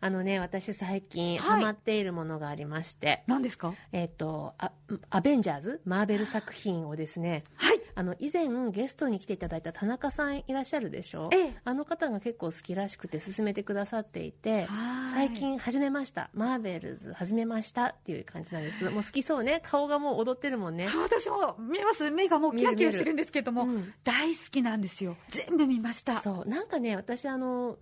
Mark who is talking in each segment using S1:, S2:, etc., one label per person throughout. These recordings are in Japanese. S1: あのね、私最近
S2: は
S1: ハ
S2: い
S1: マっているものがありまして、
S2: 何ですか
S1: えっ、とあ、アベンジャーズ、マーベル作品をですね、
S2: はい。
S1: あの、以前ゲストに来ていただいた田中さんいらっしゃるでしょ
S2: ええ
S1: あの方が結構好きらしくて勧めてくださっていて、
S2: はい
S1: 最近始めました。マーベルズ始めましたっていう感じなんです。もう好きそうね。顔がもう踊ってるもんね。
S2: 私も見えます目がもうキラキラしてるんですけども、
S1: 見る見るうん
S2: 大好きなんですよ全部見ました
S1: そう。なんかね、私あの、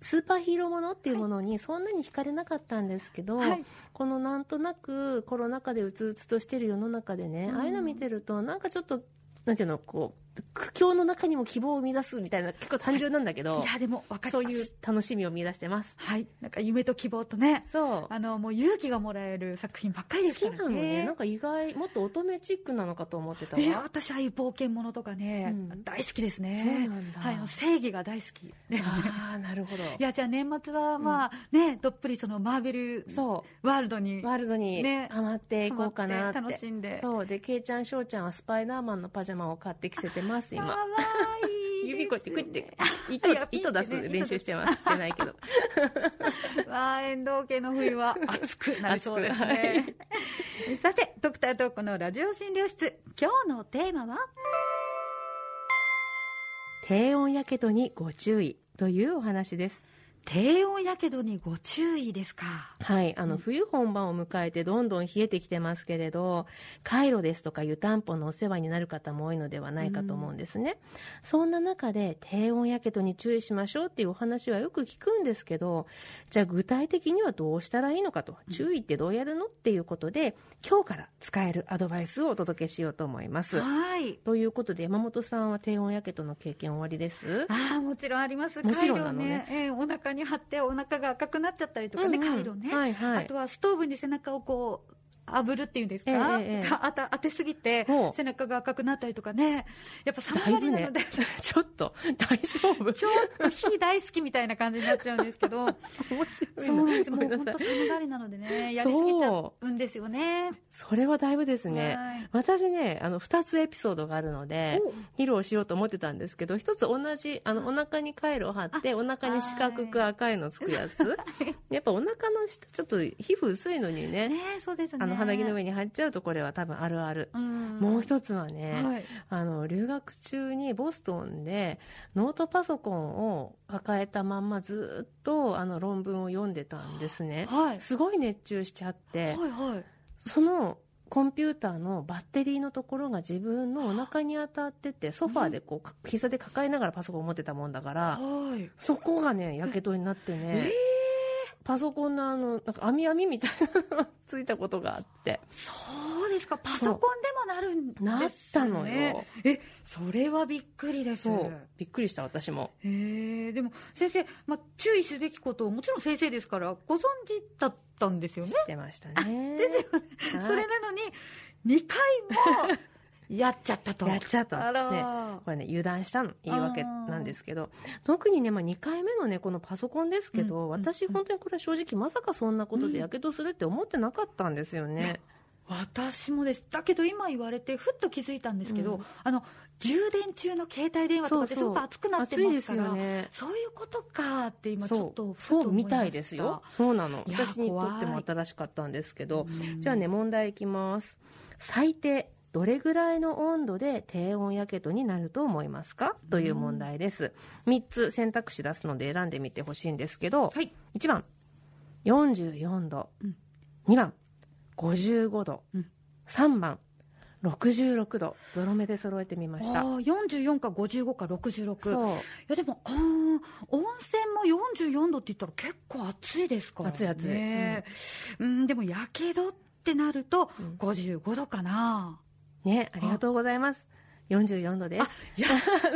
S1: スーパーヒーローものっていうものにそんなに惹かれなかったんですけど、
S2: はい
S1: このなんとなくコロナ禍でうつうつとしてる世の中でね、
S2: うん
S1: ああいうの見てるとなんかちょっと、なんていうの、こう、苦境の中にも希望を生み出すみたいな、結構単純なんだけど
S2: い、やでも分かります
S1: そういう楽しみを見出してます。
S2: はいなんか夢と希望とね
S1: そう。
S2: あのもう勇気がもらえる作品ばっかりで
S1: 好
S2: すか
S1: き
S2: らね
S1: なのね。なんか意外、もっと乙女チックなのかと思ってたわ。
S2: いや私ああいう冒険ものとかね、
S1: うん
S2: 大好きです
S1: そう
S2: ね
S1: なんだ
S2: はい、正義が大好きですね
S1: ああ、なるほど。
S2: いやじゃあ年末はまあ、ねどっぷりそのマーベル
S1: そ
S2: ワールドに
S1: う。ワールドに
S2: ね
S1: ハマっていこうかなって。
S2: ハマって楽しんで
S1: そう。で、ケイちゃん、ショウちゃんはスパイダーマンのパジャマを買ってきせてます、今。
S2: かわいいですね
S1: 指こうやってクイって糸
S2: やピッてね
S1: 糸出す練習してます。してないけど。
S2: わあ、遠藤家の冬は暑くなりそうですね。さて、ドクタートークのラジオ診療室、今日のテーマは
S1: 低温やけどにご注意というお話です。
S2: 低温やけどにご注意ですか。
S1: はい、あの、冬本番を迎えてどんどん冷えてきてますけれど、カイロですとか湯たんぽのお世話になる方も多いのではないかと思うんですね。そんな中で低温やけどに注意しましょうっていうお話はよく聞くんですけど、じゃあ具体的にはどうしたらいいのかと、注意ってどうやるのっていうことで、今日から使えるアドバイスをお届けしようと思います。
S2: はい。
S1: ということで、山本さんは低温やけどの経験おありです
S2: ああ、もちろんあります。
S1: も
S2: カ
S1: ち
S2: イ
S1: ろん
S2: ロ
S1: なの
S2: ね
S1: ね
S2: えーお腹に張ってお腹が赤くなっちゃったりとかね、
S1: うんうん
S2: カイロね。
S1: はいはい
S2: あとはストーブに背中をこう、炙るっていうんですか、
S1: ええええ
S2: があた当てすぎて
S1: ほう
S2: 背中が赤くなったりとかね。やっぱ寒
S1: だ
S2: が
S1: いぶ
S2: りなの
S1: ね
S2: で、、
S1: ちょっと、大丈夫
S2: ちょっと火大好きみたいな感じになっちゃうんですけど、
S1: 面白いな
S2: そうなんです。も
S1: ごめ
S2: うん
S1: な
S2: 本
S1: さい
S2: 当寒がりなのでね、やりすぎちゃうんですよね。
S1: それはだいぶですね
S2: はい。
S1: 私ね、あの、二つエピソードがあるので
S2: お、
S1: 披露しようと思ってたんですけど、一つ同じ、あの、お腹に回路を貼って、お腹に四角く赤いのつくや つ。やっぱお腹の下、ちょっと皮膚薄いのにね、
S2: ねそうですね。
S1: あの、鼻毛の
S2: に。
S1: 上に貼っちゃうとこれは多分あるある。
S2: うん。
S1: もう一つはね、
S2: はい
S1: あの、留学中にボストンでノートパソコンを抱えたまんまずっとあの論文を読んでたんですね。
S2: はい。
S1: すごい熱中しちゃって、
S2: はいはい。
S1: そのコンピューターのバッテリーのところが自分のお腹に当たってて、ソファーでこうか、膝で抱えながらパソコンを持ってたもんだから、
S2: はい。
S1: そこがね、やけどになってね、パソコンのあの、なんか網網みたいなのがついたことがあって、
S2: そうですか。パソコンでもなるんですね。
S1: なったのよ。
S2: え、それはびっくりです。
S1: そう、びっくりした私も。
S2: へえでも先生、まあ、注意すべきことをもちろん先生ですからご存知だったんですよね。
S1: してましたね。
S2: そ
S1: はい
S2: れなのに2回もやっちゃったと。
S1: やっちゃった
S2: あらー
S1: ね、これね、油断したの言い訳なんですけど、特にね、まあ、2回目のね、このパソコンですけど、
S2: うん
S1: 私、本当にこれは正直、まさかそんなことでやけどするって思ってなかったんですよね。
S2: 私もです。だけど今言われて、ふっと気づいたんですけど、
S1: う
S2: あの、充電中の携帯電話とかってす
S1: そうそう
S2: ごく熱くなって
S1: 暑い
S2: ま
S1: ですす
S2: から、
S1: よね。
S2: そういうことかって今ちょっと
S1: そう、
S2: ふと
S1: そう
S2: 思い
S1: み
S2: ました
S1: いですよ。。そうなの。
S2: いや
S1: 私にとって
S2: 怖
S1: も
S2: い
S1: 新しかったんですけど
S2: うん。
S1: じゃあね、問題いきます。最低、どれぐらいの温度で低温やけどになると思いますかという問題です。3つ選択肢出すので選んでみてほしいんですけど、
S2: はい
S1: 1番、44度。
S2: ん
S1: 2番、55度。
S2: うん
S1: 3番、66度。ゾロ目で揃えてみま
S2: あ
S1: した。
S2: ー44か55か66。い
S1: そう。
S2: やでも、あー温泉も44度って言ったら結構暑いですからね。
S1: 暑い暑い
S2: うん、でも、やけどってなると、55度かな。
S1: ね、ありがとうございます。44度です。
S2: いや、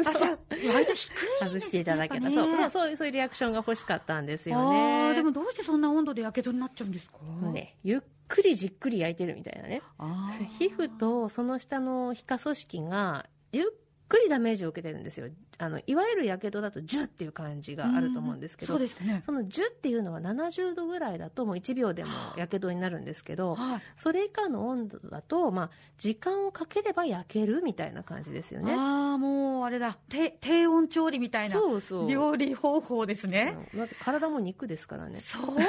S2: あ、じゃあ、割と低いんですね
S1: 外していただけた、
S2: やっぱ
S1: そう
S2: ね
S1: そうそうそういうリアクションが欲しかったんです
S2: あ
S1: よね
S2: ーでもどうしてそんな温度でやけどになっちゃうんですか
S1: もうねゆっくりじっ くり焼いてるみたいなね
S2: あー
S1: 皮膚とその下の皮下組織がゆっくりダメージを受けてるんですよあのいわゆるやけどだとジュっていう感じがあると思うんですけど、
S2: そうですね
S1: その10っていうのは70度ぐらいだともう1秒でもやけどになるんですけど、
S2: はい
S1: それ以下の温度だと、まあ、時間をかければ焼けるみたいな感じですよね。
S2: ああもうあれだ低低温調理みたいな
S1: そうそう。
S2: 料理方法ですね、
S1: うんだって体も肉ですからね。
S2: そうで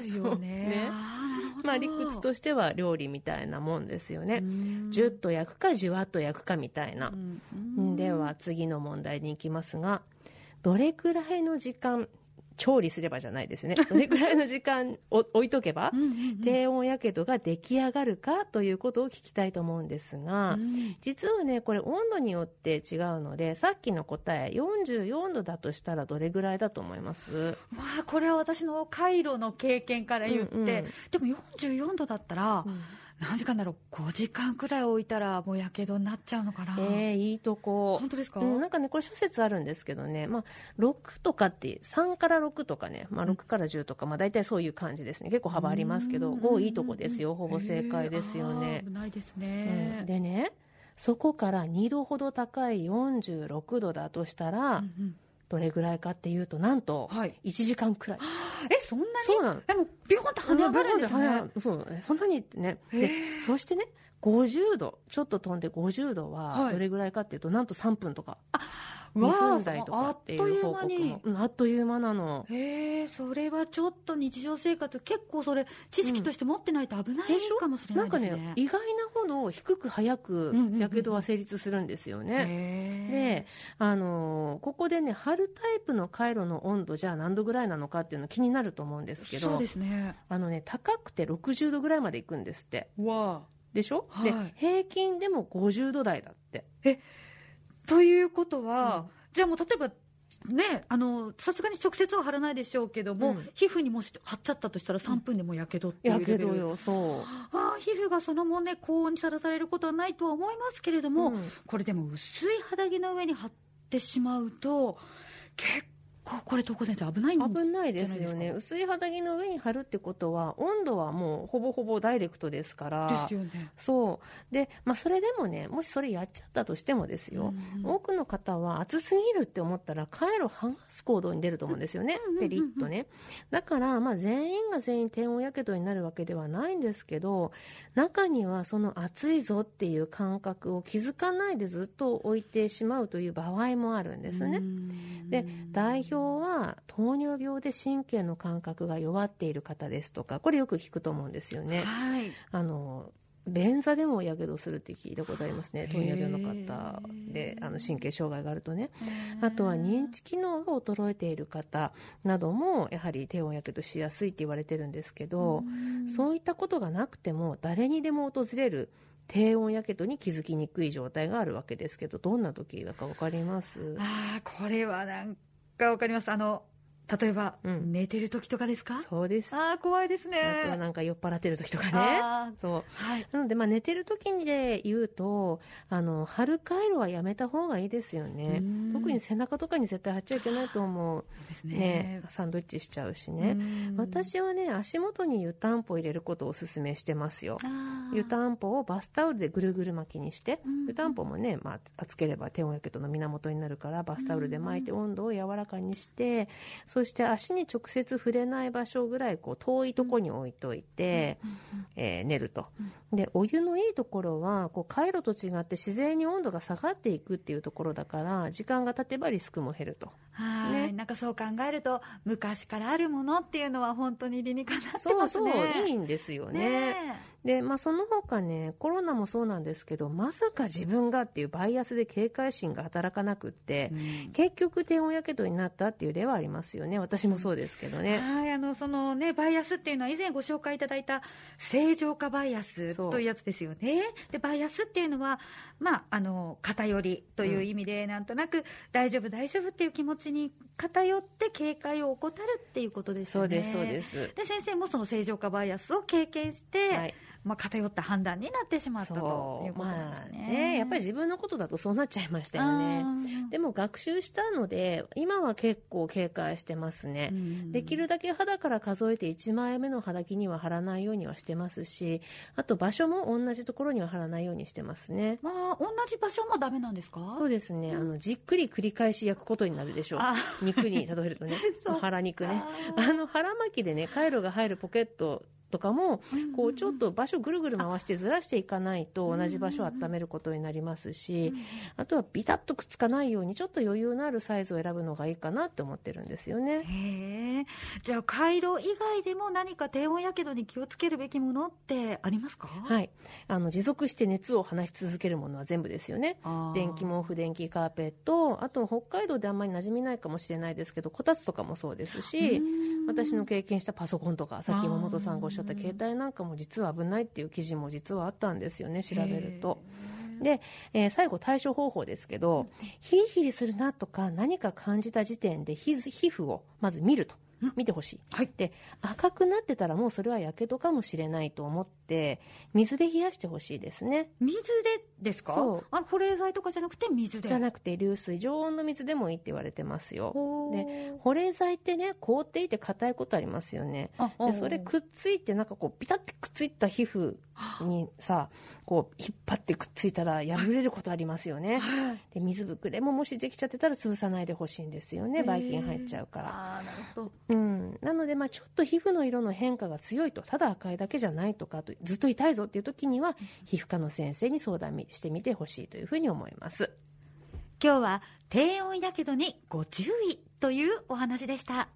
S2: すよね
S1: ね
S2: あーなるほど
S1: まあ理屈としては料理みたいなもんですよね。ジュ
S2: 10
S1: ッと焼くかじわっと焼くかみたいな。では次の問題に行きますが、どれくらいの時間、調理すればじゃない ですね。どれくらいの時間を置いとけば、低温やけどが出来上がるかということを聞きたいと思うんですが、実はね、これ温度によって違うので、さっきの答え44度だとしたらどれぐらいだと思います
S2: まあこれは私のカイロの経験から言って、
S1: うんうん
S2: でも44度だったら、何時間だろう5時間くらい置いたらもうやけどになっちゃうのかな、
S1: えー、いいとこ。
S2: 本当ですか、
S1: うん、なんかね、これ諸説あるんですけどね、まあ、6とかって、3から6とかね、まあ、6から10とか、まあ、大体そういう感じですね。結構幅ありますけど、
S2: うん
S1: 5いいとこですよ。ほぼ正解ですよ
S2: えーあ
S1: ね
S2: ー。危ないです
S1: うん
S2: ね、
S1: でね、そこから2度ほど高い46度だとしたら、
S2: うん
S1: どれぐらいかっていうと、なんと
S2: うん、、はい
S1: 1時間くらい。
S2: えそんなに
S1: そうなの。
S2: でもビヨンと跳ね上がるんですね、
S1: うんそうだねそんなにってね。で、そしてね、50度、ちょっと飛んで50度
S2: は
S1: は、
S2: い
S1: どれぐらいかっていうと、なんと3分とか。2
S2: わあ
S1: 分台とかっていう報
S2: あ
S1: 告
S2: っという
S1: も
S2: 間に、
S1: うんあっという間なの。
S2: へえそれはちょっと日常生活結構それ知識として持ってないと危ない
S1: でしょ
S2: かもしれ
S1: な
S2: なんい
S1: か
S2: ですね、
S1: ね、意外なほど低く早く
S2: うんうんうん
S1: やけどは成立するんですよね。
S2: ね
S1: で、あのーここでね、春タイプの回路の温度じゃあ何度ぐらいなのかっていうの気になると思うんですけ
S2: そう
S1: ど
S2: で、すね
S1: あのね、高くて60度ぐらいまでいくんですって。
S2: わ
S1: でしょ、
S2: はい
S1: で、平均でも50度台だって。
S2: ということは、
S1: うん
S2: じゃあもう例えばねあのさすがに直接は貼らないでしょうけども、
S1: うん
S2: 皮膚にもし貼っちゃったとしたら3分でもやけどっていう
S1: や
S2: レ
S1: け
S2: ベル
S1: どよ、そ
S2: あー皮膚がそのもね高温にさらされることはないとは思いますけれど
S1: う。
S2: も、
S1: うん
S2: これでも薄い肌着の上に貼ってしまうと結構これ東子先生危ないんです
S1: 危ないですよね
S2: で
S1: 薄い肌着の上に貼るってことは温度はもうほぼほぼダイレクトですから
S2: すよね
S1: そうで、まあ、それでもねもしそれやっちゃったとしてもですよ、
S2: うん
S1: 多くの方は暑すぎるって思ったら回路剥がす行動に出ると思うんですよね、
S2: うんうんうんう
S1: ペ
S2: ん
S1: リッとねだから、まあ、全員が全員低温やけどになるわけではないんですけど中にはその暑いぞっていう感覚を気づかないでずっと置いてしまうという場合もあるんですね、
S2: うん
S1: で代表は糖尿病で神経の感覚が弱っている方ですとかこれよく聞くと思うんですよね
S2: はい
S1: あの便座でもやけどするって聞いたことありますね糖尿病の方で
S2: へー
S1: あの神経障害があるとねあとは認知機能が衰えている方などもやはり低温やけどしやすいって言われてるんですけど、
S2: う
S1: そういったことがなくても誰にでも訪れる低温やけどに気づきにくい状態があるわけですけどどんな時だか分かります
S2: んああこれはなんかわかりますあの例えば、
S1: うん
S2: 寝てる時とかですか
S1: そうです
S2: ああ怖いですね
S1: あとはなんか酔っ払ってる時とかね。
S2: あ
S1: そう。
S2: ーはい
S1: なので、まあ寝てる時にで言うと、あの、貼る回路はやめた方がいいですよね。特に
S2: そ
S1: 背中とかに絶対貼っちゃいけないと思う。
S2: うです
S1: ね
S2: ね。
S1: サンドイッチしちゃうし
S2: う
S1: ね。
S2: ん
S1: 私はね、足元に湯たんぽを入れることをお勧めしてますよ。
S2: あー
S1: 湯たんぽをバスタオルでぐるぐる巻きにして
S2: うん、
S1: 湯たんぽもね、まあ、熱ければ低温やけどの源になるから、バスタオルで巻いて温度を柔らかにして、そして足に直接触れない場所ぐらい、こう、遠いとこに置いといて、えー寝ると、でお湯のいいところはこう回路と違って自然に温度が下がっていくっていうところだから時間が経てばリスクも減ると
S2: はい、
S1: ね
S2: なんかそう考えると昔からあるものっていうのは本当に理にかなってますね
S1: いいんですよね
S2: ね
S1: で、まあ、その他ねコロナもそうなんですけどまさか自分がっていうバイアスで警戒心が働かなくって、結局低温やけどになったっていう例はありますよね私もそうですけどね、
S2: はいあのそのねバイアスっていうのは以前ご紹介いただいた正常化バイアス
S1: そう
S2: というやつですよねでバイアスっていうのはまああの偏りという意味で、なんとなく大丈夫大丈夫っていう気持ちに偏って警戒を怠るっていうことです
S1: そ
S2: よ
S1: う
S2: ね
S1: ですそうです
S2: で先生もその正常化バイアスを経験して、
S1: はい
S2: まあ、偏った判断になってしまったと
S1: そ
S2: いう
S1: う
S2: ことなんで
S1: ますあ
S2: ね。
S1: ねやっぱり自分のことだとそうなっちゃいましたよね
S2: ね
S1: でも学習したので今は結構警戒してますね、できるだけ肌から数えて1枚目の肌着には貼らないようにはしてますしあと場所も同じところには貼らないようにしてますね
S2: まあ、同じ場所もダメなんですか
S1: そうですね、あのじっくり繰り返し焼くことになるでしょう
S2: あ
S1: 肉に例えるとね
S2: そう
S1: 腹肉ね
S2: あー
S1: あの腹巻きでね回路が入るポケットとかもこうちょっと場所ぐるぐる回してずらしていかないと
S2: あ
S1: 同じ場所を温めることになります
S2: うんう
S1: し
S2: ん
S1: あとはビタッとくっつかないようにちょっと余裕のあるサイズを選ぶのがいいかなって思ってるんですよね。
S2: へえじゃあ回路以外でも何か低温やけどに気をつけるべきものってありますか、
S1: はい、あの持続して熱を放し続けるものは全部ですよね。
S2: あー
S1: 電気毛布、電気カーペット、あと北海道であんまり馴染みないかもしれないですけど、こたつとかもそうですし、
S2: うん
S1: 私の経験したパソコンとか、さっき山本さんがおっしゃった
S2: あー
S1: 携帯なんかも実は危ないっていう記事も実はあったんですよね、調べると。で、えー最後対処方法ですけど、ヒリヒリするなとか何か感じた時点で皮皮膚をまず見ると
S2: うん。
S1: 見てほしい、
S2: はい
S1: で赤くなってたらもうそれはやけどかもしれないと思って水で冷やしてほしいですね
S2: 水でですか
S1: そう
S2: あの保冷剤とかじゃなくて水で
S1: じゃなくて流水常温の水でもいいって言われてますよ
S2: ほう
S1: 保冷剤ってね凍っていて硬いことありますよね
S2: ああ
S1: でそれくっついてなんかこうピタッてくっついた皮膚にさこう引っ張ってくっついたら破れることありますよね
S2: はい
S1: で水ぶくれももしできちゃってたら潰さないでほしいんですよねばい菌入っちゃうから、
S2: あーなるほど
S1: うん、なのでまあちょっと皮膚の色の変化が強いとただ赤いだけじゃないとかあとずっと痛いぞっていう時には皮膚科の先生に相談みしてみてほしいというふうに思います
S2: 今日は低温やけどにご注意というお話でした